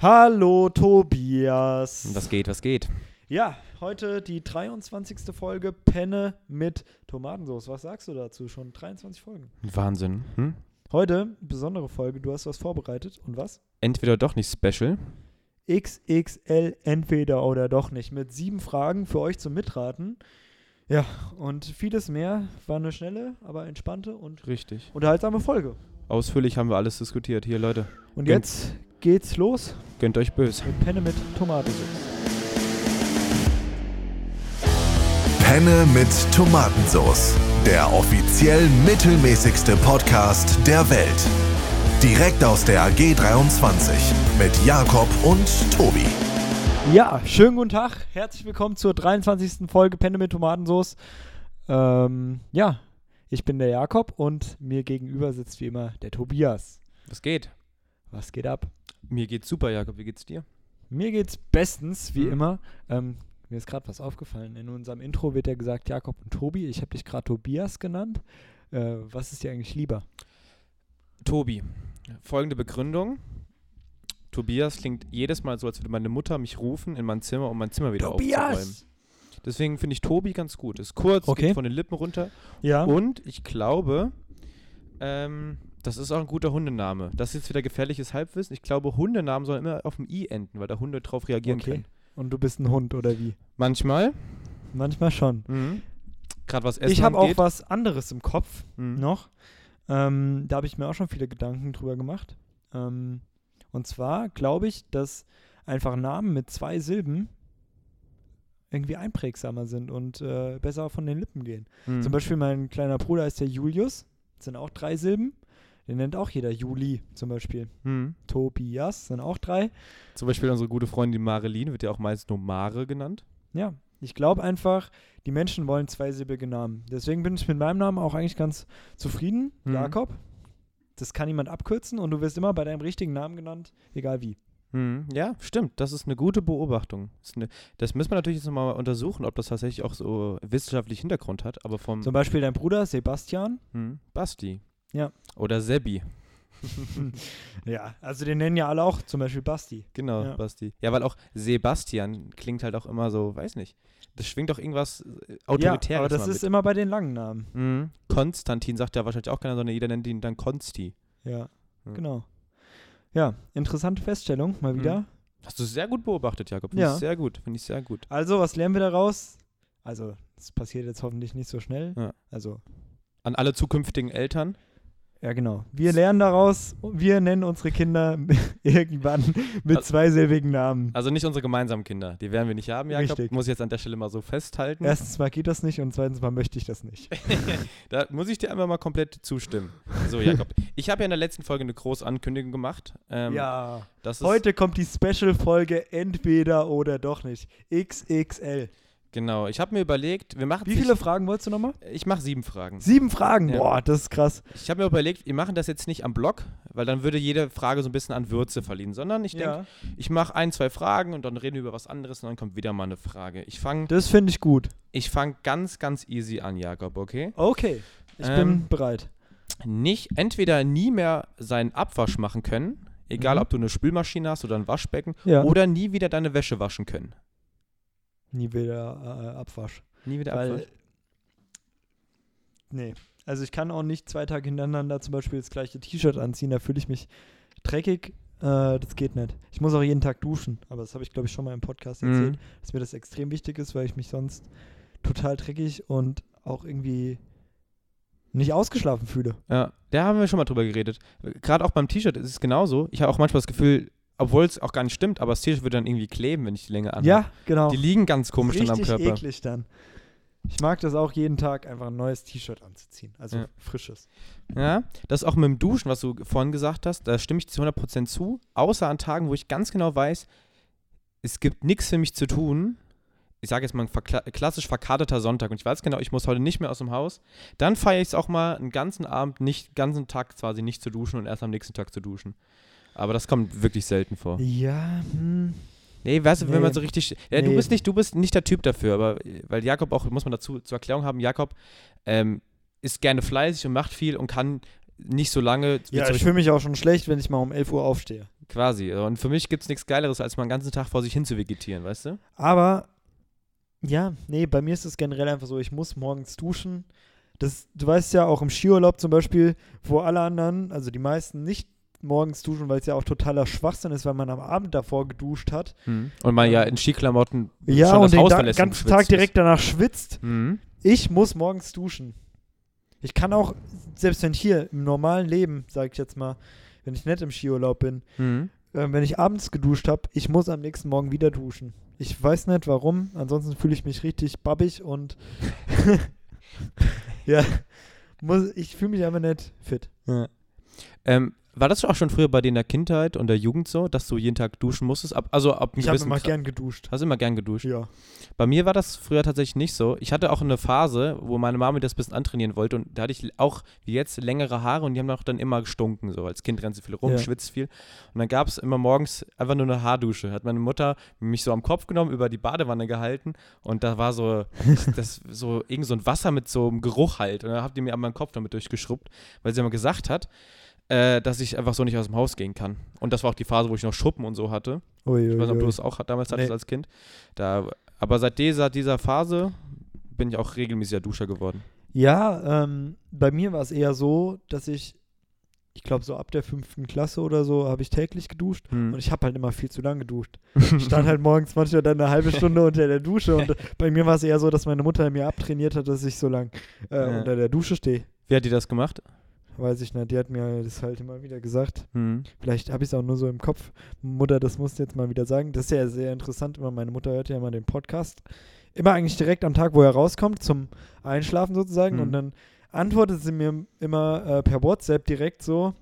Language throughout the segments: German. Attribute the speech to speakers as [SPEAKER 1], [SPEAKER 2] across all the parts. [SPEAKER 1] Hallo Tobias.
[SPEAKER 2] Was geht, was geht?
[SPEAKER 1] Ja, heute die 23. Folge Penne mit Tomatensauce. Was sagst du dazu? Schon 23 Folgen.
[SPEAKER 2] Wahnsinn. Hm?
[SPEAKER 1] Heute besondere Folge, du hast was vorbereitet und was?
[SPEAKER 2] Entweder doch nicht special.
[SPEAKER 1] XXL entweder oder doch nicht mit sieben Fragen für euch zum Mitraten. Ja, und vieles mehr war eine schnelle, aber entspannte und
[SPEAKER 2] Richtig.
[SPEAKER 1] unterhaltsame Folge.
[SPEAKER 2] Ausführlich haben wir alles diskutiert. Hier, Leute,
[SPEAKER 1] Und
[SPEAKER 2] Gen-
[SPEAKER 1] jetzt geht's los
[SPEAKER 2] gönnt euch bös.
[SPEAKER 1] mit Penne mit Tomatensauce.
[SPEAKER 3] Penne mit Tomatensauce. Der offiziell mittelmäßigste Podcast der Welt. Direkt aus der AG 23 mit Jakob und Tobi.
[SPEAKER 1] Ja, schönen guten Tag. Herzlich willkommen zur 23. Folge Penne mit Tomatensauce. Ähm, ja, ich bin der Jakob und mir gegenüber sitzt wie immer der Tobias.
[SPEAKER 2] Was geht?
[SPEAKER 1] Was geht ab?
[SPEAKER 2] Mir geht's super, Jakob. Wie geht's dir?
[SPEAKER 1] Mir geht's bestens, wie
[SPEAKER 2] Mhm.
[SPEAKER 1] immer. Ähm, mir ist gerade was aufgefallen. In unserem Intro wird ja gesagt, Jakob und Tobi. Ich habe dich gerade Tobias genannt. Äh, was ist dir eigentlich lieber?
[SPEAKER 2] Tobi, folgende Begründung. Tobias klingt jedes Mal so, als würde meine Mutter mich rufen in mein Zimmer, um mein Zimmer wieder aufzuräumen. Deswegen finde ich Tobi ganz gut. Ist kurz,
[SPEAKER 1] Okay.
[SPEAKER 2] geht von den Lippen runter.
[SPEAKER 1] Ja.
[SPEAKER 2] Und ich glaube, ähm, das ist auch ein guter Hundename. Das ist jetzt wieder gefährliches Halbwissen. Ich glaube, Hundenamen sollen immer auf dem I enden, weil da Hunde drauf reagieren
[SPEAKER 1] okay.
[SPEAKER 2] können.
[SPEAKER 1] Und du bist ein Hund oder wie?
[SPEAKER 2] Manchmal.
[SPEAKER 1] Manchmal schon.
[SPEAKER 2] Mhm. Gerade was Essen
[SPEAKER 1] ich habe auch
[SPEAKER 2] angeht.
[SPEAKER 1] was anderes im Kopf.
[SPEAKER 2] Mhm.
[SPEAKER 1] noch. Ähm, da habe ich mir auch schon viele Gedanken drüber gemacht. Ähm, und zwar glaube ich, dass einfach Namen mit zwei Silben irgendwie einprägsamer sind und äh, besser von den Lippen gehen.
[SPEAKER 2] Mhm.
[SPEAKER 1] Zum Beispiel mein kleiner Bruder ist der Julius, sind auch drei Silben. Den nennt auch jeder Juli zum Beispiel.
[SPEAKER 2] Mhm.
[SPEAKER 1] Tobias sind auch drei.
[SPEAKER 2] Zum Beispiel unsere gute Freundin die Mareline wird ja auch meist nur Mare genannt.
[SPEAKER 1] Ja, ich glaube einfach, die Menschen wollen zweisilbige Namen. Deswegen bin ich mit meinem Namen auch eigentlich ganz zufrieden,
[SPEAKER 2] Mhm.
[SPEAKER 1] Jakob. Das kann niemand abkürzen und du wirst immer bei deinem richtigen Namen genannt, egal wie.
[SPEAKER 2] Mhm. Ja, stimmt. Das ist eine gute Beobachtung. Ist eine, das müssen wir natürlich jetzt nochmal untersuchen, ob das tatsächlich auch so wissenschaftlichen Hintergrund hat. Aber vom
[SPEAKER 1] Zum Beispiel dein Bruder Sebastian.
[SPEAKER 2] mhm. Basti.
[SPEAKER 1] Ja.
[SPEAKER 2] Oder Sebi.
[SPEAKER 1] Ja, also den nennen ja alle auch, zum Beispiel Basti.
[SPEAKER 2] Genau,
[SPEAKER 1] Ja.
[SPEAKER 2] Basti. Ja, weil auch Sebastian klingt halt auch immer so, weiß nicht. Das schwingt doch irgendwas äh, Autoritäres.
[SPEAKER 1] ja, aber das
[SPEAKER 2] mal
[SPEAKER 1] ist
[SPEAKER 2] mit.
[SPEAKER 1] immer bei den langen Namen.
[SPEAKER 2] Mhm. Konstantin sagt ja wahrscheinlich auch keiner, sondern jeder nennt ihn dann Konsti.
[SPEAKER 1] Ja,
[SPEAKER 2] Ja.
[SPEAKER 1] genau. Ja, interessante Feststellung, mal
[SPEAKER 2] Mhm.
[SPEAKER 1] wieder.
[SPEAKER 2] Hast du sehr gut beobachtet, Jakob. Finde
[SPEAKER 1] Ja.
[SPEAKER 2] ich sehr gut. Finde ich sehr gut.
[SPEAKER 1] Also, was lernen wir daraus? Also, es passiert jetzt hoffentlich nicht so schnell.
[SPEAKER 2] Ja.
[SPEAKER 1] Also,
[SPEAKER 2] An alle zukünftigen Eltern.
[SPEAKER 1] Ja, genau. Wir lernen daraus, wir nennen unsere Kinder irgendwann mit
[SPEAKER 2] Also-
[SPEAKER 1] zweisilbigen Namen.
[SPEAKER 2] Also nicht unsere gemeinsamen Kinder. Die werden wir nicht haben, Jakob.
[SPEAKER 1] Richtig.
[SPEAKER 2] Muss ich jetzt an der Stelle mal so festhalten.
[SPEAKER 1] Erstens mal geht das nicht und zweitens mal möchte ich das nicht.
[SPEAKER 2] Da muss ich dir einfach mal komplett zustimmen. So, Jakob. ich habe ja in der letzten Folge eine große Ankündigung gemacht. Ähm,
[SPEAKER 1] ja.
[SPEAKER 2] Das ist,
[SPEAKER 1] Heute kommt die Special-Folge entweder oder doch nicht. XXL.
[SPEAKER 2] Genau. Ich habe mir überlegt, wir machen.
[SPEAKER 1] Wie viele Fragen wolltest du nochmal?
[SPEAKER 2] Ich, ich mache sieben Fragen.
[SPEAKER 1] Sieben Fragen.
[SPEAKER 2] Ja.
[SPEAKER 1] Boah, das ist krass.
[SPEAKER 2] Ich habe mir überlegt, wir machen das jetzt nicht am Block, weil dann würde jede Frage so ein bisschen an Würze verliehen, sondern ich denke, ich mache ein, zwei Fragen und dann reden wir über was anderes und dann kommt wieder mal eine Frage. Ich fange
[SPEAKER 1] Das finde ich gut.
[SPEAKER 2] ich fang ganz, ganz easy an, Jakob, okay?
[SPEAKER 1] Okay. Ich bin
[SPEAKER 2] Ähm,
[SPEAKER 1] bereit.
[SPEAKER 2] Nicht, entweder nie mehr seinen Abwasch machen können, egal
[SPEAKER 1] Mhm.
[SPEAKER 2] ob du eine Spülmaschine hast oder ein Waschbecken,
[SPEAKER 1] Ja.
[SPEAKER 2] oder nie wieder deine Wäsche waschen können.
[SPEAKER 1] Nie wieder äh, Abwasch.
[SPEAKER 2] Nie wieder
[SPEAKER 1] Weil-
[SPEAKER 2] Abwasch.
[SPEAKER 1] Nee. Also ich kann auch nicht zwei Tage hintereinander zum Beispiel das gleiche T-Shirt anziehen, da fühle ich mich dreckig. Äh, das geht nicht. Ich muss auch jeden Tag duschen, aber das habe ich, glaube ich, schon mal im Podcast erzählt,
[SPEAKER 2] Mhm.
[SPEAKER 1] dass mir das extrem wichtig ist, weil ich mich sonst total dreckig und auch irgendwie nicht ausgeschlafen fühle.
[SPEAKER 2] Ja, da haben wir schon mal drüber geredet. Gerade auch beim T-Shirt ist es genauso. Ich habe auch manchmal das Gefühl, obwohl es auch gar nicht stimmt, aber das T-Shirt würde dann irgendwie kleben, wenn ich die Länge anhabe.
[SPEAKER 1] Ja, genau.
[SPEAKER 2] Ah, Die liegen ganz komisch dann am
[SPEAKER 1] Richtig
[SPEAKER 2] Körper.
[SPEAKER 1] eklig dann. Ich mag das auch jeden Tag, einfach ein neues T-Shirt anzuziehen. Also
[SPEAKER 2] Ja.
[SPEAKER 1] frisches.
[SPEAKER 2] Ja, das auch mit dem Duschen, was du vorhin gesagt hast, da stimme ich zu 100% zu. Außer an Tagen, wo ich ganz genau weiß, es gibt nichts für mich zu tun. Ich sage jetzt mal ein verkla- klassisch verkaterter Sonntag und ich weiß genau, ich muss heute nicht mehr aus dem Haus. Dann feiere ich es auch mal einen ganzen Abend, nicht ganzen Tag quasi nicht zu duschen und erst am nächsten Tag zu duschen. Aber das kommt wirklich selten vor.
[SPEAKER 1] Ja, hm.
[SPEAKER 2] Nee, weißt du,
[SPEAKER 1] Nee.
[SPEAKER 2] wenn man so richtig. Ja, Du
[SPEAKER 1] Nee.
[SPEAKER 2] bist nicht, du bist nicht der Typ dafür, aber äh, weil Jakob auch, muss man dazu zur Erklärung haben, Jakob ähm, ist gerne fleißig und macht viel und kann nicht so lange.
[SPEAKER 1] ja
[SPEAKER 2] zum
[SPEAKER 1] ich fühle mich auch schon schlecht, wenn ich mal um 11 Uhr aufstehe.
[SPEAKER 2] Quasi. Und für mich gibt es nichts Geileres, als mal einen ganzen Tag vor sich hin zu vegetieren, weißt du?
[SPEAKER 1] Aber ja, nee, bei mir ist es generell einfach so, ich muss morgens duschen. Das, du weißt ja auch im Skiurlaub zum Beispiel, wo alle anderen, also die meisten nicht morgens duschen, weil es ja auch totaler Schwachsinn ist, weil man am Abend davor geduscht hat.
[SPEAKER 2] Und man ja in Skiklamotten
[SPEAKER 1] Ja,
[SPEAKER 2] schon
[SPEAKER 1] und
[SPEAKER 2] das
[SPEAKER 1] den
[SPEAKER 2] Haus
[SPEAKER 1] da-
[SPEAKER 2] verlässt. um und
[SPEAKER 1] ganzen Tag
[SPEAKER 2] schwitzt.
[SPEAKER 1] direkt danach schwitzt.
[SPEAKER 2] Mhm.
[SPEAKER 1] Ich muss morgens duschen. Ich kann auch, selbst wenn ich hier im normalen Leben, sag ich jetzt mal, wenn ich nicht im Skiurlaub bin,
[SPEAKER 2] Mhm.
[SPEAKER 1] äh, wenn ich abends geduscht habe, ich muss am nächsten Morgen wieder duschen. Ich weiß nicht warum, ansonsten fühle ich mich richtig babbig und ja, muss, ich fühle mich einfach nicht fit.
[SPEAKER 2] Ähm, war das auch schon früher bei dir in der Kindheit und der Jugend so, dass du jeden Tag duschen musstest? Ab, also ab einem
[SPEAKER 1] Ich habe
[SPEAKER 2] gewissen
[SPEAKER 1] immer
[SPEAKER 2] Gra-
[SPEAKER 1] gern geduscht.
[SPEAKER 2] Hast immer gern geduscht.
[SPEAKER 1] Ja.
[SPEAKER 2] Bei mir war das früher tatsächlich nicht so. Ich hatte auch eine Phase, wo meine Mama mir das ein bisschen antrainieren wollte und da hatte ich auch wie jetzt längere Haare und die haben auch dann immer gestunken. So als Kind rennt sie viel rum,
[SPEAKER 1] Ja.
[SPEAKER 2] schwitzt viel. Und dann gab es immer morgens einfach nur eine Haardusche. Hat meine Mutter mich so am Kopf genommen, über die Badewanne gehalten und da war so das so irgend so ein Wasser mit so einem Geruch halt. Und dann habt ihr mir an meinen Kopf damit durchgeschrubbt, weil sie immer gesagt hat, äh, dass ich einfach so nicht aus dem Haus gehen kann. Und das war auch die Phase, wo ich noch Schuppen und so hatte.
[SPEAKER 1] Ui,
[SPEAKER 2] Ich weiß
[SPEAKER 1] ui,
[SPEAKER 2] nicht, ob du
[SPEAKER 1] ui.
[SPEAKER 2] das auch damals hattest
[SPEAKER 1] Nee.
[SPEAKER 2] als Kind. Da, aber seit dieser, dieser Phase bin ich auch regelmäßiger Duscher geworden.
[SPEAKER 1] Ja, ähm, bei mir war es eher so, dass ich, ich glaube, so ab der fünften Klasse oder so habe ich täglich geduscht.
[SPEAKER 2] Mhm.
[SPEAKER 1] Und ich habe halt immer viel zu lang geduscht. Ich stand halt morgens manchmal dann eine halbe Stunde unter der Dusche. Und bei mir war es eher so, dass meine Mutter mir abtrainiert hat, dass ich so lang äh,
[SPEAKER 2] Ja.
[SPEAKER 1] unter der Dusche stehe.
[SPEAKER 2] Wie hat die das gemacht?
[SPEAKER 1] Weiß ich nicht. Die hat mir das halt immer wieder gesagt.
[SPEAKER 2] Mhm.
[SPEAKER 1] Vielleicht habe ich es auch nur so im Kopf. Mutter, das musst du jetzt mal wieder sagen. Das ist ja sehr interessant. Immer meine Mutter hört ja immer den Podcast. Immer eigentlich direkt am Tag, wo er rauskommt, zum Einschlafen sozusagen.
[SPEAKER 2] Mhm.
[SPEAKER 1] Und dann antwortet sie mir immer äh, per WhatsApp direkt so,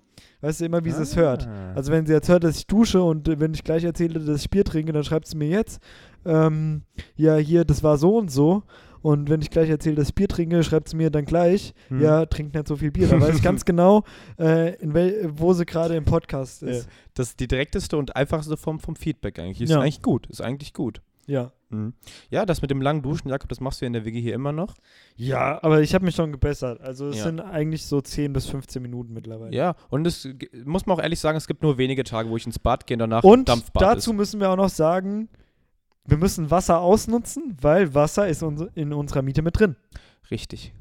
[SPEAKER 1] weißt du, immer wie sie es hört.
[SPEAKER 2] Ah.
[SPEAKER 1] Also wenn sie jetzt hört, dass ich dusche und äh, wenn ich gleich erzähle, dass ich Bier trinke, dann schreibt sie mir jetzt, ähm, ja hier, das war so und so. Und wenn ich gleich erzähle, dass ich Bier trinke, schreibt sie mir dann gleich,
[SPEAKER 2] Hm.
[SPEAKER 1] ja, trink nicht so viel Bier. Da weiß ich ganz genau, äh, in wel wo sie gerade im Podcast
[SPEAKER 2] Ja.
[SPEAKER 1] ist.
[SPEAKER 2] das ist die direkteste und einfachste Form vom Feedback eigentlich. Ist
[SPEAKER 1] Ja. Hm.
[SPEAKER 2] eigentlich gut. Ist eigentlich gut.
[SPEAKER 1] Ja.
[SPEAKER 2] Mhm. Ja, das mit dem langen Duschen, Jakob, das machst du ja in der WG hier immer noch.
[SPEAKER 1] Ja, aber ich habe mich schon gebessert. Also es
[SPEAKER 2] Ja.
[SPEAKER 1] sind eigentlich so 10 bis 15 Minuten mittlerweile.
[SPEAKER 2] Ja, und es g- muss man auch ehrlich sagen, es gibt nur wenige Tage, wo ich ins Bad gehe und danach
[SPEAKER 1] Und
[SPEAKER 2] Dampfbad
[SPEAKER 1] dazu
[SPEAKER 2] ist.
[SPEAKER 1] müssen wir auch noch sagen, wir müssen Wasser ausnutzen, weil Wasser ist uns in unserer Miete mit drin.
[SPEAKER 2] Richtig.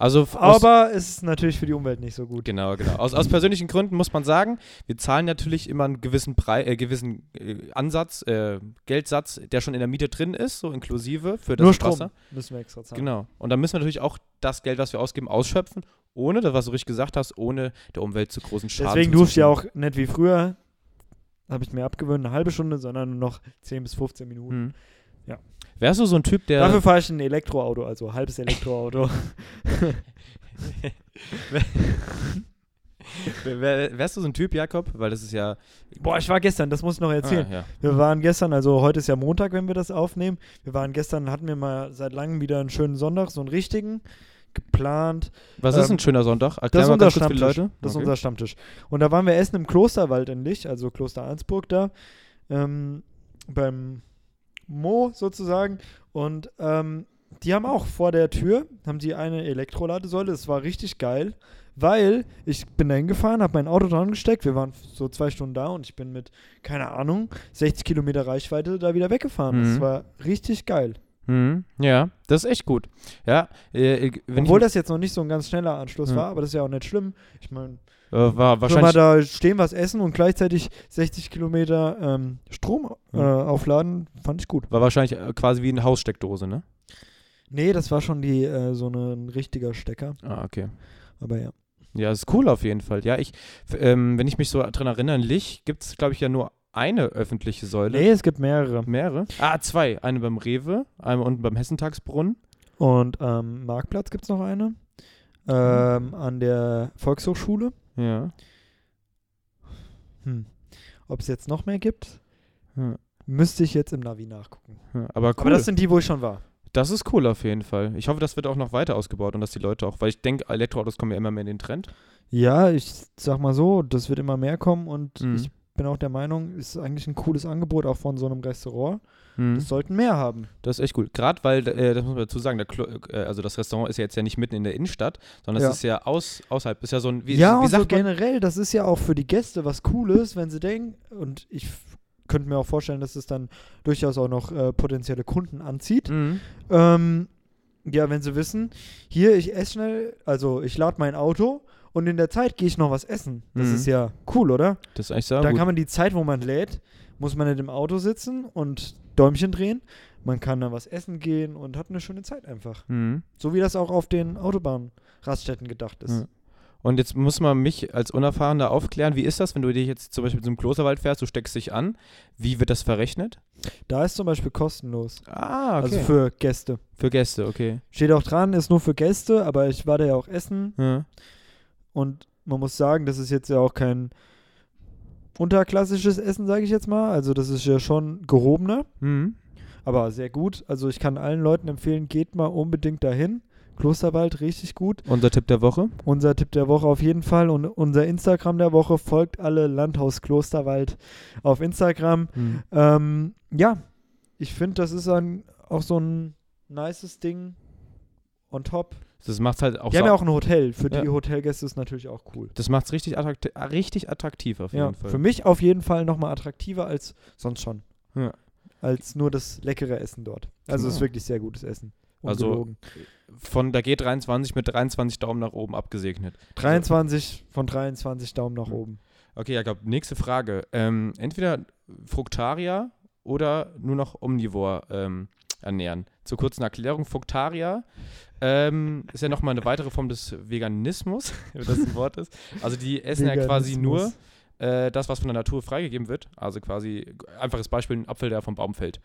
[SPEAKER 2] Also f- aus-
[SPEAKER 1] Aber es ist natürlich für die Umwelt nicht so gut.
[SPEAKER 2] Genau, genau. Aus, aus persönlichen Gründen muss man sagen, wir zahlen natürlich immer einen gewissen Prei, äh, gewissen äh, Ansatz, äh, Geldsatz, der schon in der Miete drin ist, so inklusive für das
[SPEAKER 1] Nur Strom
[SPEAKER 2] Wasser.
[SPEAKER 1] müssen wir extra zahlen.
[SPEAKER 2] Genau. Und dann müssen wir natürlich auch das Geld, was wir ausgeben, ausschöpfen, ohne, das, was du richtig gesagt hast, ohne der Umwelt zu großen Schaden.
[SPEAKER 1] Deswegen
[SPEAKER 2] zuzufügen.
[SPEAKER 1] durfte ich ja auch nicht wie früher, habe ich mir abgewöhnt, eine halbe Stunde, sondern nur noch 10 bis 15 Minuten.
[SPEAKER 2] Hm.
[SPEAKER 1] Ja.
[SPEAKER 2] Wärst du so ein Typ, der.
[SPEAKER 1] Dafür fahre ich ein Elektroauto, also halbes Elektroauto.
[SPEAKER 2] wär, wärst du so ein Typ, Jakob? Weil das ist ja.
[SPEAKER 1] Boah, ich war gestern, das muss ich noch erzählen.
[SPEAKER 2] Ah, ja.
[SPEAKER 1] Wir waren gestern, also heute ist ja Montag, wenn wir das aufnehmen. Wir waren gestern, hatten wir mal seit langem wieder einen schönen Sonntag, so einen richtigen, geplant.
[SPEAKER 2] Was ist
[SPEAKER 1] Ähm,
[SPEAKER 2] ein schöner Sonntag? Erklär
[SPEAKER 1] Das ist
[SPEAKER 2] mal
[SPEAKER 1] unser
[SPEAKER 2] ganz kurz für die
[SPEAKER 1] Stammtisch.
[SPEAKER 2] Leute.
[SPEAKER 1] Das ist
[SPEAKER 2] Okay.
[SPEAKER 1] unser Stammtisch. Und da waren wir essen im Klosterwald in Lich, also Kloster Arnsburg da, ähm, beim Mo sozusagen. Und ähm, die haben auch vor der Tür, haben sie eine Elektroladesäule. Das war richtig geil, weil ich bin da hingefahren, habe mein Auto dran gesteckt. Wir waren so zwei Stunden da und ich bin mit, keine Ahnung, 60 Kilometer Reichweite da wieder weggefahren. Das
[SPEAKER 2] Mhm.
[SPEAKER 1] war richtig geil.
[SPEAKER 2] Mhm. Ja, das ist echt gut. Ja, äh, wenn
[SPEAKER 1] Obwohl
[SPEAKER 2] ich,
[SPEAKER 1] das jetzt noch nicht so ein ganz schneller Anschluss
[SPEAKER 2] Mhm.
[SPEAKER 1] war, aber das ist ja auch nicht schlimm. Ich meine,
[SPEAKER 2] äh, war
[SPEAKER 1] Wahrscheinlich
[SPEAKER 2] wahrscheinlich
[SPEAKER 1] da stehen, was essen und gleichzeitig 60 Kilometer ähm, Strom äh,
[SPEAKER 2] Mhm.
[SPEAKER 1] aufladen, fand ich gut.
[SPEAKER 2] War wahrscheinlich äh, quasi wie eine Haussteckdose, ne?
[SPEAKER 1] Nee, das war schon die äh, so ne- ein richtiger Stecker,
[SPEAKER 2] Ah, okay.
[SPEAKER 1] aber ja.
[SPEAKER 2] Ja, ist cool auf jeden Fall. Ja, ich, f- ähm, wenn ich mich so dran erinnere, in Lich gibt es, glaube ich, ja nur eine öffentliche Säule.
[SPEAKER 1] Nee, es gibt mehrere.
[SPEAKER 2] Mehrere? Ah, zwei. Eine beim Rewe, einmal unten beim Hessentagsbrunnen.
[SPEAKER 1] Und am Marktplatz gibt es noch eine. Ähm, an der Volkshochschule.
[SPEAKER 2] Ja.
[SPEAKER 1] Hm. Ob es jetzt noch mehr gibt,
[SPEAKER 2] Ja.
[SPEAKER 1] müsste ich jetzt im Navi nachgucken.
[SPEAKER 2] ja. Aber cool.
[SPEAKER 1] Hm. Aber das sind die, wo ich schon war.
[SPEAKER 2] das ist cool auf jeden Fall. Ich hoffe, das wird auch noch weiter ausgebaut und dass die Leute auch, weil ich denke, Elektroautos kommen ja immer mehr in den Trend.
[SPEAKER 1] Ja, ich sag mal so, das wird immer mehr kommen und
[SPEAKER 2] Mhm.
[SPEAKER 1] ich bin auch der Meinung, ist eigentlich ein cooles Angebot auch von so einem Restaurant.
[SPEAKER 2] Mhm.
[SPEAKER 1] Das sollten mehr haben.
[SPEAKER 2] Das ist echt gut. Gerade weil, äh, das muss man dazu sagen, der Klo äh, also das Restaurant ist ja jetzt ja nicht mitten in der Innenstadt, sondern
[SPEAKER 1] Ja.
[SPEAKER 2] es ist ja aus, außerhalb. Ist ja so ein, wie,
[SPEAKER 1] ja,
[SPEAKER 2] wie
[SPEAKER 1] und so
[SPEAKER 2] sagt man?
[SPEAKER 1] generell, das ist ja auch für die Gäste was Cooles, wenn sie denken, und ich f- könnte mir auch vorstellen, dass es dann durchaus auch noch äh, potenzielle Kunden anzieht.
[SPEAKER 2] Mhm.
[SPEAKER 1] Ähm, ja, wenn sie wissen, hier, ich esse schnell, also ich lade mein Auto und in der Zeit gehe ich noch was essen. Das
[SPEAKER 2] Mhm.
[SPEAKER 1] ist ja cool, oder?
[SPEAKER 2] Das ist eigentlich sehr
[SPEAKER 1] da
[SPEAKER 2] gut.
[SPEAKER 1] kann man die Zeit, wo man lädt, muss man nicht im Auto sitzen und Däumchen drehen. Man kann dann was essen gehen und hat eine schöne Zeit einfach.
[SPEAKER 2] Mhm.
[SPEAKER 1] So wie das auch auf den Autobahnraststätten gedacht ist.
[SPEAKER 2] Ja. Und jetzt muss man mich als Unerfahrener aufklären, wie ist das, wenn du dich jetzt zum Beispiel zum Klosterwald fährst, du steckst dich an, wie wird das verrechnet?
[SPEAKER 1] Da ist zum Beispiel kostenlos.
[SPEAKER 2] Ah,
[SPEAKER 1] Also für Gäste.
[SPEAKER 2] für Gäste, okay.
[SPEAKER 1] Steht auch dran, ist nur für Gäste, aber ich war da ja auch essen
[SPEAKER 2] Ja.
[SPEAKER 1] und man muss sagen, das ist jetzt ja auch kein unterklassisches Essen, sage ich jetzt mal. Also das ist ja schon gehobener,
[SPEAKER 2] Mhm.
[SPEAKER 1] aber sehr gut. Also ich kann allen Leuten empfehlen, geht mal unbedingt dahin. Klosterwald, richtig gut.
[SPEAKER 2] Unser Tipp der Woche.
[SPEAKER 1] Unser Tipp der Woche auf jeden Fall und unser Instagram der Woche folgt alle Landhaus Klosterwald auf Instagram.
[SPEAKER 2] Mhm.
[SPEAKER 1] Ähm, ja, ich finde, das ist ein, auch so ein nices Ding on top.
[SPEAKER 2] Das macht halt auch,
[SPEAKER 1] Die haben
[SPEAKER 2] sau-
[SPEAKER 1] ja auch ein Hotel. Für
[SPEAKER 2] Ja.
[SPEAKER 1] die Hotelgäste ist natürlich auch cool.
[SPEAKER 2] das macht's richtig attraktiv, richtig attraktiv auf jeden
[SPEAKER 1] Ja,
[SPEAKER 2] Fall.
[SPEAKER 1] für mich auf jeden Fall nochmal attraktiver als sonst schon.
[SPEAKER 2] Ja.
[SPEAKER 1] Als nur das leckere Essen dort. Also es ist
[SPEAKER 2] Ja.
[SPEAKER 1] wirklich sehr gutes Essen.
[SPEAKER 2] Also-
[SPEAKER 1] Ungelogen.
[SPEAKER 2] Von da geht 23 mit 23 Daumen nach oben abgesegnet.
[SPEAKER 1] 23 von 23 Daumen nach
[SPEAKER 2] Ja.
[SPEAKER 1] oben.
[SPEAKER 2] Okay, Jakob, nächste Frage. Ähm, entweder Fructaria oder nur noch Omnivore ähm, ernähren. Zur kurzen Erklärung, Fructaria ähm, ist ja nochmal eine weitere Form des Veganismus, wenn das ein Wort ist. Also die essen ja quasi nur
[SPEAKER 1] Veganismus.
[SPEAKER 2] äh, das, was von der Natur freigegeben wird. Also quasi, einfaches Beispiel, ein Apfel, der vom Baum fällt.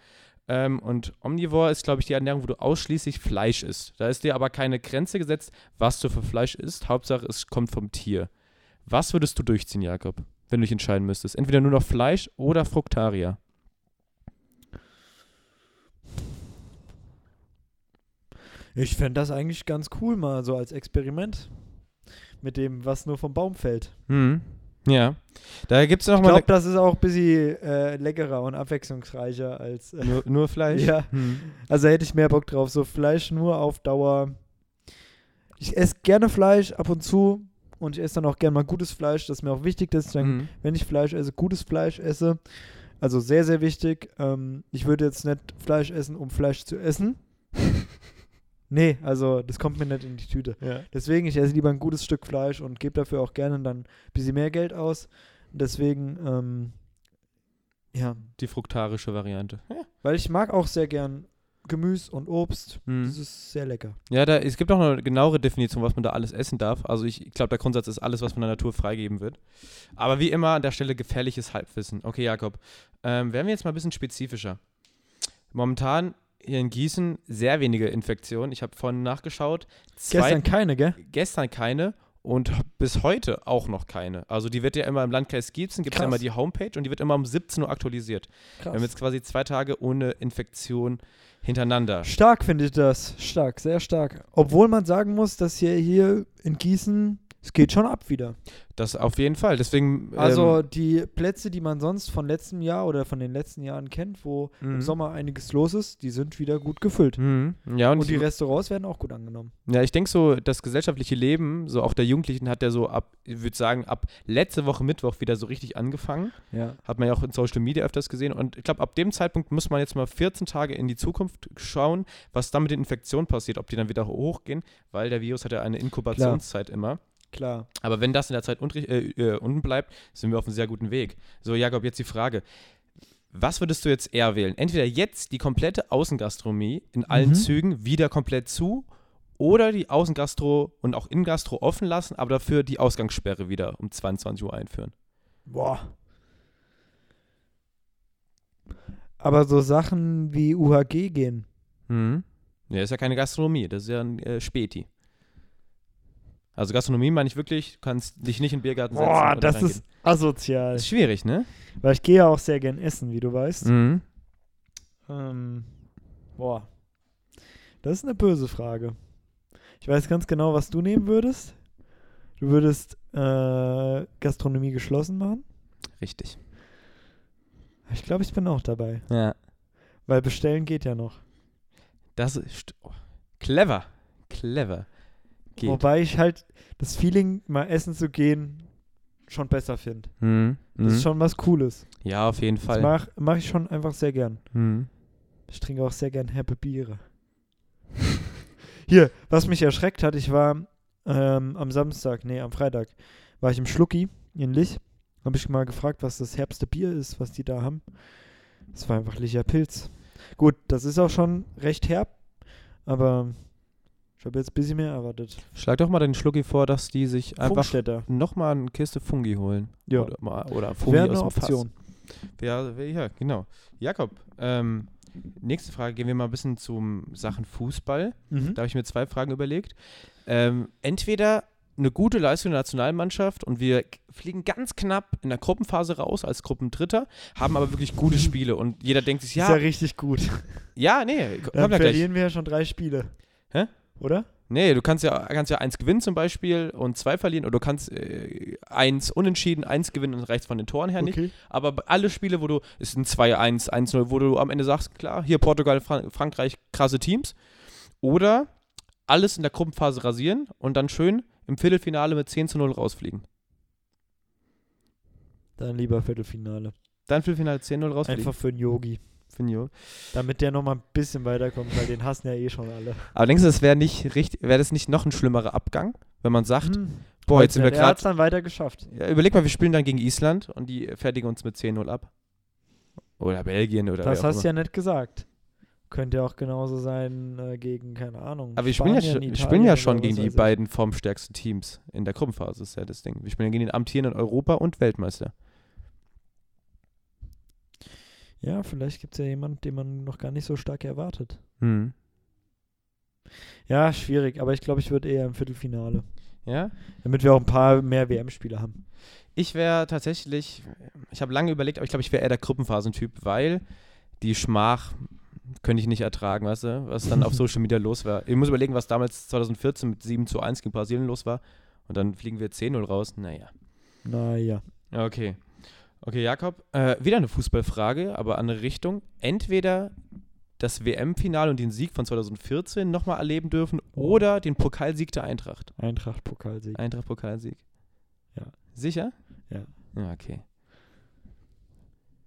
[SPEAKER 2] Ähm, und Omnivore ist, glaube ich, die Ernährung, wo du ausschließlich Fleisch isst. Da ist dir aber keine Grenze gesetzt, was du für Fleisch isst. Hauptsache, es kommt vom Tier. Was würdest du durchziehen, Jakob, wenn du dich entscheiden müsstest? Entweder nur noch Fleisch oder Fructaria.
[SPEAKER 1] Ich fände das eigentlich ganz cool, mal so als Experiment. Mit dem, was nur vom Baum fällt.
[SPEAKER 2] Hm. Ja. Da gibt es
[SPEAKER 1] Ich
[SPEAKER 2] nochmal
[SPEAKER 1] glaube, das ist auch ein bisschen äh, leckerer und abwechslungsreicher als. Äh,
[SPEAKER 2] nur, nur Fleisch.
[SPEAKER 1] Ja.
[SPEAKER 2] Hm.
[SPEAKER 1] also hätte ich mehr Bock drauf. So Fleisch nur auf Dauer. Ich esse gerne Fleisch ab und zu. Und ich esse dann auch gerne mal gutes Fleisch. Das ist mir auch wichtig, dass ich dann,
[SPEAKER 2] Hm.
[SPEAKER 1] wenn ich Fleisch esse, gutes Fleisch esse. Also sehr, sehr wichtig. Ähm, ich würde jetzt nicht Fleisch essen, um Fleisch zu essen. nee, also das kommt mir nicht in die Tüte.
[SPEAKER 2] Ja.
[SPEAKER 1] Deswegen, ich esse lieber ein gutes Stück Fleisch und gebe dafür auch gerne dann ein bisschen mehr Geld aus. Deswegen, ähm, ja,
[SPEAKER 2] Die fruktarische Variante.
[SPEAKER 1] weil ich mag auch sehr gern Gemüse und Obst.
[SPEAKER 2] Hm.
[SPEAKER 1] Das ist sehr lecker.
[SPEAKER 2] Ja, da, es gibt auch noch eine genauere Definition, was man da alles essen darf. Also ich glaube, der Grundsatz ist alles, was von der Natur freigegeben wird. Aber wie immer an der Stelle gefährliches Halbwissen. Okay, Jakob, ähm, werden wir jetzt mal ein bisschen spezifischer. Momentan hier in Gießen sehr wenige Infektionen. Ich habe vorhin nachgeschaut. Zwei,
[SPEAKER 1] Gestern keine, gell?
[SPEAKER 2] gestern keine und hab bis heute auch noch keine. Also die wird ja immer im Landkreis Gießen, gibt es ja
[SPEAKER 1] Krass.
[SPEAKER 2] immer die Homepage und die wird immer um 17 Uhr aktualisiert. Wir haben jetzt quasi zwei Tage ohne Infektion hintereinander.
[SPEAKER 1] Stark finde ich das. Stark, sehr stark. Obwohl man sagen muss, dass hier, hier in Gießen, es geht schon ab wieder.
[SPEAKER 2] Das auf jeden Fall. Deswegen. ähm,
[SPEAKER 1] Also die Plätze, die man sonst von letztem Jahr oder von den letzten Jahren kennt, wo
[SPEAKER 2] Mhm.
[SPEAKER 1] im Sommer einiges los ist, die sind wieder gut gefüllt.
[SPEAKER 2] Mhm. Ja, und,
[SPEAKER 1] Und die
[SPEAKER 2] ich,
[SPEAKER 1] Restaurants werden auch gut angenommen.
[SPEAKER 2] ja, ich denke so, das gesellschaftliche Leben, so auch der Jugendlichen, hat ja so ab, ich würde sagen, ab letzte Woche Mittwoch wieder so richtig angefangen.
[SPEAKER 1] Ja.
[SPEAKER 2] Hat man ja auch in Social Media öfters gesehen. Und ich glaube, ab dem Zeitpunkt muss man jetzt mal 14 Tage in die Zukunft schauen, was dann mit den Infektionen passiert, ob die dann wieder hochgehen, weil der Virus hat ja eine Inkubationszeit immer.
[SPEAKER 1] Klar.
[SPEAKER 2] Aber wenn das in der Zeit unri- äh, äh, unten bleibt, sind wir auf einem sehr guten Weg. So, Jakob, jetzt die Frage. Was würdest du jetzt eher wählen? Entweder jetzt die komplette Außengastronomie in allen
[SPEAKER 1] Mhm.
[SPEAKER 2] Zügen wieder komplett zu oder die Außengastro und auch Innengastro offen lassen, aber dafür die Ausgangssperre wieder um 22 Uhr einführen.
[SPEAKER 1] Boah. Aber so Sachen wie UHG gehen.
[SPEAKER 2] Mhm. Ja, ist ja keine Gastronomie, das ist ja ein äh, Späti. Also Gastronomie meine ich wirklich, du kannst dich nicht in den Biergarten setzen. oder reingehen.
[SPEAKER 1] asozial.
[SPEAKER 2] ist schwierig, ne?
[SPEAKER 1] Weil ich gehe ja auch sehr gern essen, wie du weißt.
[SPEAKER 2] Mhm.
[SPEAKER 1] Ähm, boah. Das ist eine böse Frage. Ich weiß ganz genau, was du nehmen würdest. Du würdest äh, Gastronomie geschlossen machen.
[SPEAKER 2] Richtig.
[SPEAKER 1] Ich glaube, ich bin auch dabei.
[SPEAKER 2] Ja.
[SPEAKER 1] Weil bestellen geht ja noch.
[SPEAKER 2] Das ist oh, clever. Clever. Geht.
[SPEAKER 1] Wobei ich halt das Feeling, mal essen zu gehen, schon besser finde.
[SPEAKER 2] Mhm.
[SPEAKER 1] Das
[SPEAKER 2] Mhm.
[SPEAKER 1] ist schon was Cooles.
[SPEAKER 2] Ja, auf jeden
[SPEAKER 1] Das
[SPEAKER 2] Fall.
[SPEAKER 1] mache mach ich schon einfach sehr gern.
[SPEAKER 2] Mhm.
[SPEAKER 1] Ich trinke auch sehr gern herbe Biere. Hier, was mich erschreckt hat, ich war ähm, am Samstag, nee, am Freitag, war ich im Schlucki in Lich. Habe ich mal gefragt, was das herbste Bier ist, was die da haben. Das war einfach Licher Pilz. Gut, das ist auch schon recht herb, aber ich habe jetzt ein bisschen mehr erwartet.
[SPEAKER 2] Schlag doch mal den Schlucki vor, dass die sich einfach
[SPEAKER 1] Funkstätter.
[SPEAKER 2] nochmal eine Kiste Fungi holen.
[SPEAKER 1] Ja.
[SPEAKER 2] Oder, mal, oder Fungi
[SPEAKER 1] Wäre
[SPEAKER 2] aus
[SPEAKER 1] eine
[SPEAKER 2] dem Fass.
[SPEAKER 1] Option.
[SPEAKER 2] Ja, wär- ja, genau. Jakob, ähm, nächste Frage. Gehen wir mal ein bisschen zum Sachen Fußball.
[SPEAKER 1] Mhm.
[SPEAKER 2] Da habe ich mir zwei Fragen überlegt. Ähm, entweder eine gute Leistung der Nationalmannschaft und wir k- fliegen ganz knapp in der Gruppenphase raus als Gruppendritter, haben aber wirklich gute Spiele und jeder denkt sich,
[SPEAKER 1] Ist ja
[SPEAKER 2] ja,
[SPEAKER 1] richtig gut.
[SPEAKER 2] ja, nee, k-
[SPEAKER 1] Dann
[SPEAKER 2] kommt ja gleich.
[SPEAKER 1] verlieren wir ja schon drei Spiele.
[SPEAKER 2] Hä?
[SPEAKER 1] Oder?
[SPEAKER 2] Nee, du kannst ja, kannst ja eins gewinnen zum Beispiel und zwei verlieren oder du kannst äh, eins unentschieden, eins gewinnen und reicht von den Toren her nicht.
[SPEAKER 1] okay.
[SPEAKER 2] Aber b- alle Spiele, wo du, es sind 2-1, 1-0, wo du am Ende sagst, klar, hier Portugal, Fran Frankreich, krasse Teams. Oder alles in der Gruppenphase rasieren und dann schön im Viertelfinale mit 10 zu 0 rausfliegen.
[SPEAKER 1] Dann lieber Viertelfinale.
[SPEAKER 2] Dann Viertelfinale 10 0 rausfliegen.
[SPEAKER 1] Einfach für einen Yogi.
[SPEAKER 2] Finde ich auch.
[SPEAKER 1] Damit der nochmal ein bisschen weiterkommt, weil den hassen ja eh schon alle.
[SPEAKER 2] Aber denkst du, das wäre nicht richtig, wäre das nicht noch ein schlimmerer Abgang, wenn man
[SPEAKER 1] Mhm.
[SPEAKER 2] sagt,
[SPEAKER 1] Hm.
[SPEAKER 2] boah, jetzt sind wir
[SPEAKER 1] Er hat
[SPEAKER 2] gerade.
[SPEAKER 1] es dann weiter geschafft.
[SPEAKER 2] Ja, überleg mal, wir spielen dann gegen Island und die fertigen uns mit 10 0 ab. Oder Belgien oder
[SPEAKER 1] Das
[SPEAKER 2] wer auch
[SPEAKER 1] hast du ja nicht gesagt. Könnte ja auch genauso sein äh, gegen, keine Ahnung.
[SPEAKER 2] Aber wir spielen, ja,
[SPEAKER 1] Spanien,
[SPEAKER 2] schon- wir
[SPEAKER 1] Italien
[SPEAKER 2] spielen ja
[SPEAKER 1] oder
[SPEAKER 2] schon
[SPEAKER 1] was
[SPEAKER 2] gegen die
[SPEAKER 1] weiß ich.
[SPEAKER 2] beiden formstärksten Teams in der Gruppenphase, ist ja das Ding. Wir spielen ja gegen den amtierenden Europa- und Weltmeister.
[SPEAKER 1] Ja, vielleicht gibt es ja jemanden, den man noch gar nicht so stark erwartet.
[SPEAKER 2] Hm.
[SPEAKER 1] Ja, schwierig, aber ich glaube, ich würde eher im Viertelfinale.
[SPEAKER 2] Ja?
[SPEAKER 1] Damit wir auch ein paar mehr WM-Spiele haben.
[SPEAKER 2] Ich wäre tatsächlich, ich habe lange überlegt, aber ich glaube, ich wäre eher der Gruppenphasentyp, weil die Schmach könnte ich nicht ertragen, weißt du, was dann auf Social Media los war. Ich muss überlegen, was damals 2014 mit 7 zu 1 gegen Brasilien los war. Und dann fliegen wir 10-0 raus. Naja.
[SPEAKER 1] Naja.
[SPEAKER 2] Okay. Okay, Jakob. Äh, wieder eine Fußballfrage, aber andere Richtung. Entweder das WM-Finale und den Sieg von 2014 nochmal erleben dürfen oder den Pokalsieg der Eintracht.
[SPEAKER 1] Eintracht-Pokalsieg.
[SPEAKER 2] Eintracht-Pokalsieg.
[SPEAKER 1] Ja.
[SPEAKER 2] Sicher?
[SPEAKER 1] Ja.
[SPEAKER 2] Ja, okay.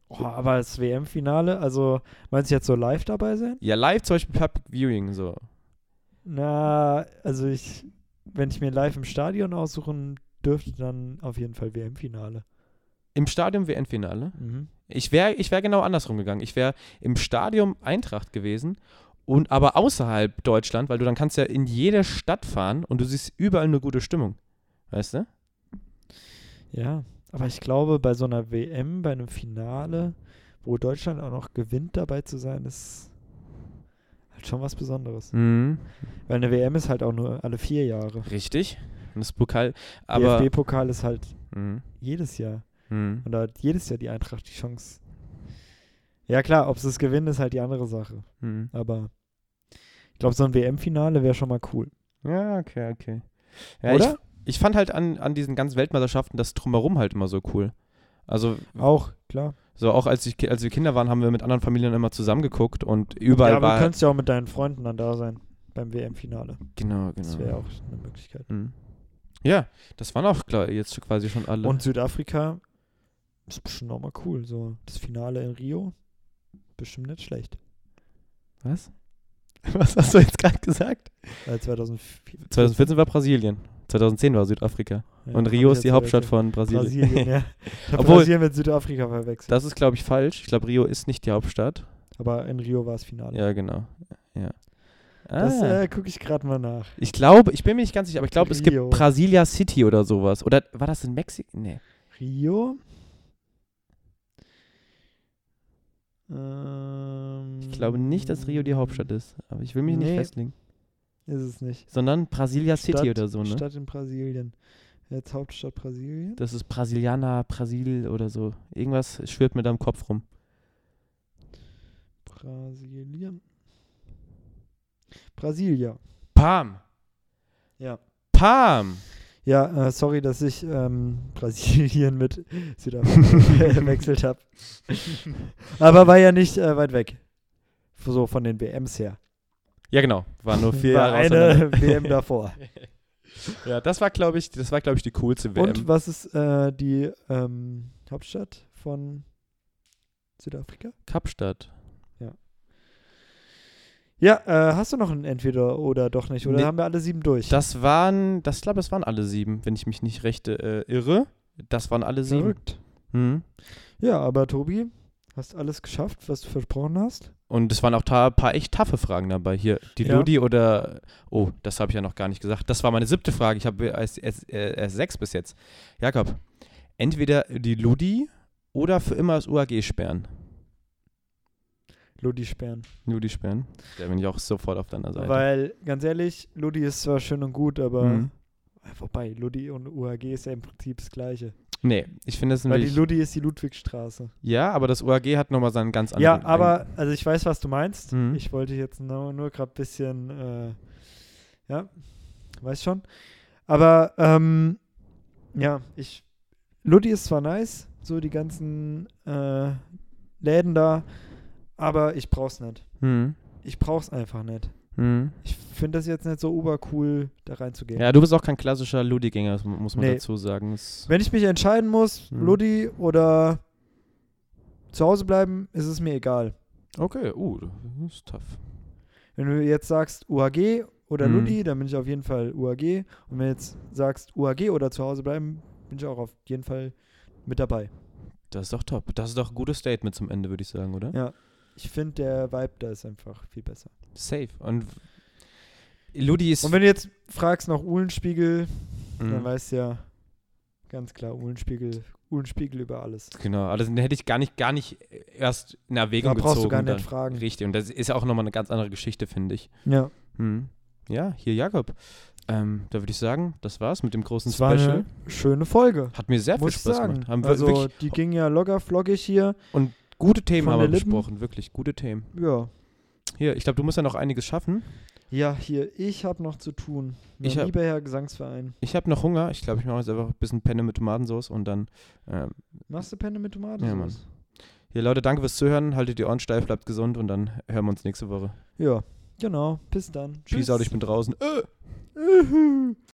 [SPEAKER 1] Oh, aber das WM-Finale, also meinst du jetzt so live dabei sein?
[SPEAKER 2] Ja, live zum Beispiel Public Viewing, so.
[SPEAKER 1] Na, also ich, wenn ich mir live im Stadion aussuchen dürfte, dann auf jeden Fall WM-Finale.
[SPEAKER 2] Im Stadion WM-Finale. Ich wäre ich wär genau andersrum gegangen. Ich wäre im Stadion Eintracht gewesen und aber außerhalb Deutschland, weil du dann kannst ja in jede Stadt fahren und du siehst überall eine gute Stimmung. Weißt du?
[SPEAKER 1] Ja, aber ich glaube, bei so einer WM, bei einem Finale, wo Deutschland auch noch gewinnt, dabei zu sein, ist halt schon was Besonderes.
[SPEAKER 2] Mhm.
[SPEAKER 1] Weil eine WM ist halt auch nur alle vier Jahre.
[SPEAKER 2] Richtig. Und das Pokal. Aber.
[SPEAKER 1] DFB-Pokal ist halt
[SPEAKER 2] Mhm.
[SPEAKER 1] jedes Jahr.
[SPEAKER 2] Mhm.
[SPEAKER 1] Und da hat jedes Jahr die Eintracht die Chance. Ja klar, ob sie es gewinnen, ist halt die andere Sache.
[SPEAKER 2] Mhm.
[SPEAKER 1] Aber ich glaube, so ein WM-Finale wäre schon mal cool.
[SPEAKER 2] Ja, okay, okay. Ja,
[SPEAKER 1] Oder?
[SPEAKER 2] Ich, ich fand halt an, an diesen ganzen Weltmeisterschaften das Drumherum halt immer so cool. Also,
[SPEAKER 1] Auch, klar.
[SPEAKER 2] so auch als, ich, ki- als wir Kinder waren, haben wir mit anderen Familien immer zusammengeguckt und überall
[SPEAKER 1] ja, aber
[SPEAKER 2] war.
[SPEAKER 1] du kannst ja auch mit deinen Freunden dann da sein beim WM-Finale.
[SPEAKER 2] genau, genau.
[SPEAKER 1] Das wäre auch eine Möglichkeit.
[SPEAKER 2] Mhm. Ja, das waren auch klar, jetzt quasi schon alle.
[SPEAKER 1] Und Südafrika ist bestimmt auch mal cool. So das Finale in Rio, bestimmt nicht schlecht.
[SPEAKER 2] was? Was hast du jetzt gerade gesagt?
[SPEAKER 1] Äh, 2004.
[SPEAKER 2] 2014 war Brasilien. 2010 war Südafrika.
[SPEAKER 1] Ja,
[SPEAKER 2] und
[SPEAKER 1] hab
[SPEAKER 2] Rio
[SPEAKER 1] ich
[SPEAKER 2] ist die
[SPEAKER 1] jetzt
[SPEAKER 2] Hauptstadt
[SPEAKER 1] wieder
[SPEAKER 2] von Brasilien.
[SPEAKER 1] Brasilien. Brasilien ja. Ich hab
[SPEAKER 2] Obwohl-
[SPEAKER 1] Brasilien mit Südafrika verwechselt.
[SPEAKER 2] Das ist, glaube ich, falsch. Ich glaube, Rio ist nicht die Hauptstadt.
[SPEAKER 1] aber in Rio war es Finale.
[SPEAKER 2] Ja, genau. Ja.
[SPEAKER 1] Das
[SPEAKER 2] Ah.
[SPEAKER 1] äh, gucke ich gerade mal nach.
[SPEAKER 2] ich glaube, ich bin mir nicht ganz sicher, aber ich glaube, es
[SPEAKER 1] Rio.
[SPEAKER 2] gibt Brasilia City oder sowas. Oder war das in Mexiko? Nee.
[SPEAKER 1] Rio. Ähm,
[SPEAKER 2] Ich glaube nicht, dass Rio die Hauptstadt ist. Aber ich will mich nicht
[SPEAKER 1] Mm. Nee.
[SPEAKER 2] festlegen.
[SPEAKER 1] Ähm, Ist es nicht.
[SPEAKER 2] Sondern Brasilia City oder so, ne?
[SPEAKER 1] Stadt in Brasilien. Jetzt Hauptstadt Brasilien.
[SPEAKER 2] Das ist Brasilianer, Brasil oder so. Irgendwas schwirrt mir da im Kopf rum.
[SPEAKER 1] Brasilien. Brasilia.
[SPEAKER 2] Pam!
[SPEAKER 1] Ja.
[SPEAKER 2] Pam!
[SPEAKER 1] Ja, äh, sorry, dass ich ähm, Brasilien mit Südafrika gewechselt habe. Aber war ja nicht äh, weit weg. So von den WMs her.
[SPEAKER 2] Ja, genau. War nur vier
[SPEAKER 1] war
[SPEAKER 2] Jahre
[SPEAKER 1] eine
[SPEAKER 2] auseinander.
[SPEAKER 1] WM davor.
[SPEAKER 2] Ja, das war, glaube ich, das war, glaube ich, die coolste WM.
[SPEAKER 1] Und was ist äh, die ähm, Hauptstadt von Südafrika?
[SPEAKER 2] Kapstadt.
[SPEAKER 1] Ja, äh, hast du noch ein Entweder oder doch nicht? Oder
[SPEAKER 2] Nee.
[SPEAKER 1] haben wir alle sieben durch?
[SPEAKER 2] Das waren, das ich glaube, das waren alle sieben, wenn ich mich nicht recht äh, irre. Das waren alle sieben.
[SPEAKER 1] Verrückt.
[SPEAKER 2] Mhm.
[SPEAKER 1] Ja, aber Tobi, hast alles geschafft, was du versprochen hast?
[SPEAKER 2] Und es waren auch ta- paar echt taffe Fragen dabei. Hier, die
[SPEAKER 1] Ja.
[SPEAKER 2] Ludi oder. Oh, das habe ich ja noch gar nicht gesagt. Das war meine siebte Frage. Ich habe erst, erst, äh, erst sechs bis jetzt. Jakob, entweder die Ludi oder für immer das UAG sperren.
[SPEAKER 1] Ludi sperren.
[SPEAKER 2] Ludi sperren. Da bin ich auch sofort auf deiner Seite.
[SPEAKER 1] Weil, ganz ehrlich, Ludi ist zwar schön und gut, aber
[SPEAKER 2] Mhm.
[SPEAKER 1] wobei, Ludi und UAG ist ja im Prinzip das Gleiche.
[SPEAKER 2] Nee, ich finde das
[SPEAKER 1] Weil die
[SPEAKER 2] nämlich.
[SPEAKER 1] Ludi ist die Ludwigstraße.
[SPEAKER 2] Ja, aber das UAG hat nochmal seinen ganz
[SPEAKER 1] ja,
[SPEAKER 2] anderen.
[SPEAKER 1] aber, also ich weiß, was du meinst.
[SPEAKER 2] Mhm.
[SPEAKER 1] Ich wollte jetzt nur, nur gerade ein bisschen, äh, ja, weiß schon. Aber, ähm, ja, ich, Ludi ist zwar nice, so die ganzen äh, Läden da, aber ich brauch's nicht.
[SPEAKER 2] Mhm.
[SPEAKER 1] Ich brauch's einfach nicht.
[SPEAKER 2] Mhm.
[SPEAKER 1] Ich finde das jetzt nicht so obercool, da reinzugehen.
[SPEAKER 2] Ja, du bist auch kein klassischer Ludi-Gänger, das mu- muss man
[SPEAKER 1] Nee.
[SPEAKER 2] dazu sagen. Es-
[SPEAKER 1] Wenn ich mich entscheiden muss,
[SPEAKER 2] Mhm.
[SPEAKER 1] Ludi oder zu Hause bleiben, ist es mir egal.
[SPEAKER 2] Okay, uh, das ist tough.
[SPEAKER 1] Wenn du jetzt sagst UAG oder
[SPEAKER 2] Mhm.
[SPEAKER 1] Ludi, dann bin ich auf jeden Fall UAG. Und wenn du jetzt sagst UAG oder zu Hause bleiben, bin ich auch auf jeden Fall mit dabei.
[SPEAKER 2] Das ist doch top. Das ist doch ein gutes Statement zum Ende, würde ich sagen, oder?
[SPEAKER 1] Ja. Ich finde, der Vibe da ist einfach viel besser.
[SPEAKER 2] Safe. Und Ludi ist.
[SPEAKER 1] Und wenn du jetzt fragst nach Uhlenspiegel, dann
[SPEAKER 2] Mhm.
[SPEAKER 1] weißt du ja ganz klar, Uhlenspiegel, Uhlenspiegel über alles.
[SPEAKER 2] Genau, also dann hätte ich gar nicht, gar nicht erst in Erwägung
[SPEAKER 1] Da
[SPEAKER 2] gezogen.
[SPEAKER 1] brauchst du gar
[SPEAKER 2] dann.
[SPEAKER 1] nicht fragen.
[SPEAKER 2] Richtig, und das ist ja auch nochmal eine ganz andere Geschichte, finde ich.
[SPEAKER 1] Ja.
[SPEAKER 2] Mhm. Ja, hier Jakob. Ähm, da würde ich sagen, das war's mit dem großen
[SPEAKER 1] Das war eine
[SPEAKER 2] Special.
[SPEAKER 1] schöne Folge.
[SPEAKER 2] Hat mir sehr viel
[SPEAKER 1] Muss ich
[SPEAKER 2] Spaß
[SPEAKER 1] sagen.
[SPEAKER 2] gemacht. Haben wir
[SPEAKER 1] also
[SPEAKER 2] wirklich
[SPEAKER 1] die ging ja locker flockig hier.
[SPEAKER 2] gute Themen
[SPEAKER 1] von
[SPEAKER 2] haben
[SPEAKER 1] der
[SPEAKER 2] wir
[SPEAKER 1] Lippen.
[SPEAKER 2] besprochen, wirklich gute Themen.
[SPEAKER 1] Ja.
[SPEAKER 2] Hier, ich glaube, du musst ja noch einiges schaffen.
[SPEAKER 1] Ja, hier, ich habe noch zu tun. Mein
[SPEAKER 2] Ich hab-
[SPEAKER 1] lieber Herr Gesangsverein.
[SPEAKER 2] Ich habe noch Hunger. Ich glaube, ich mache jetzt einfach ein bisschen Penne mit Tomatensauce und dann. Ähm,
[SPEAKER 1] Machst du Penne mit Tomaten?
[SPEAKER 2] Ja, Mann. hier, Leute, danke fürs Zuhören. Haltet die Ohren steif, bleibt gesund und dann hören wir uns nächste Woche.
[SPEAKER 1] Ja, genau. Bis dann.
[SPEAKER 2] Peace out, ich bin draußen. Äh.
[SPEAKER 1] Tschüss.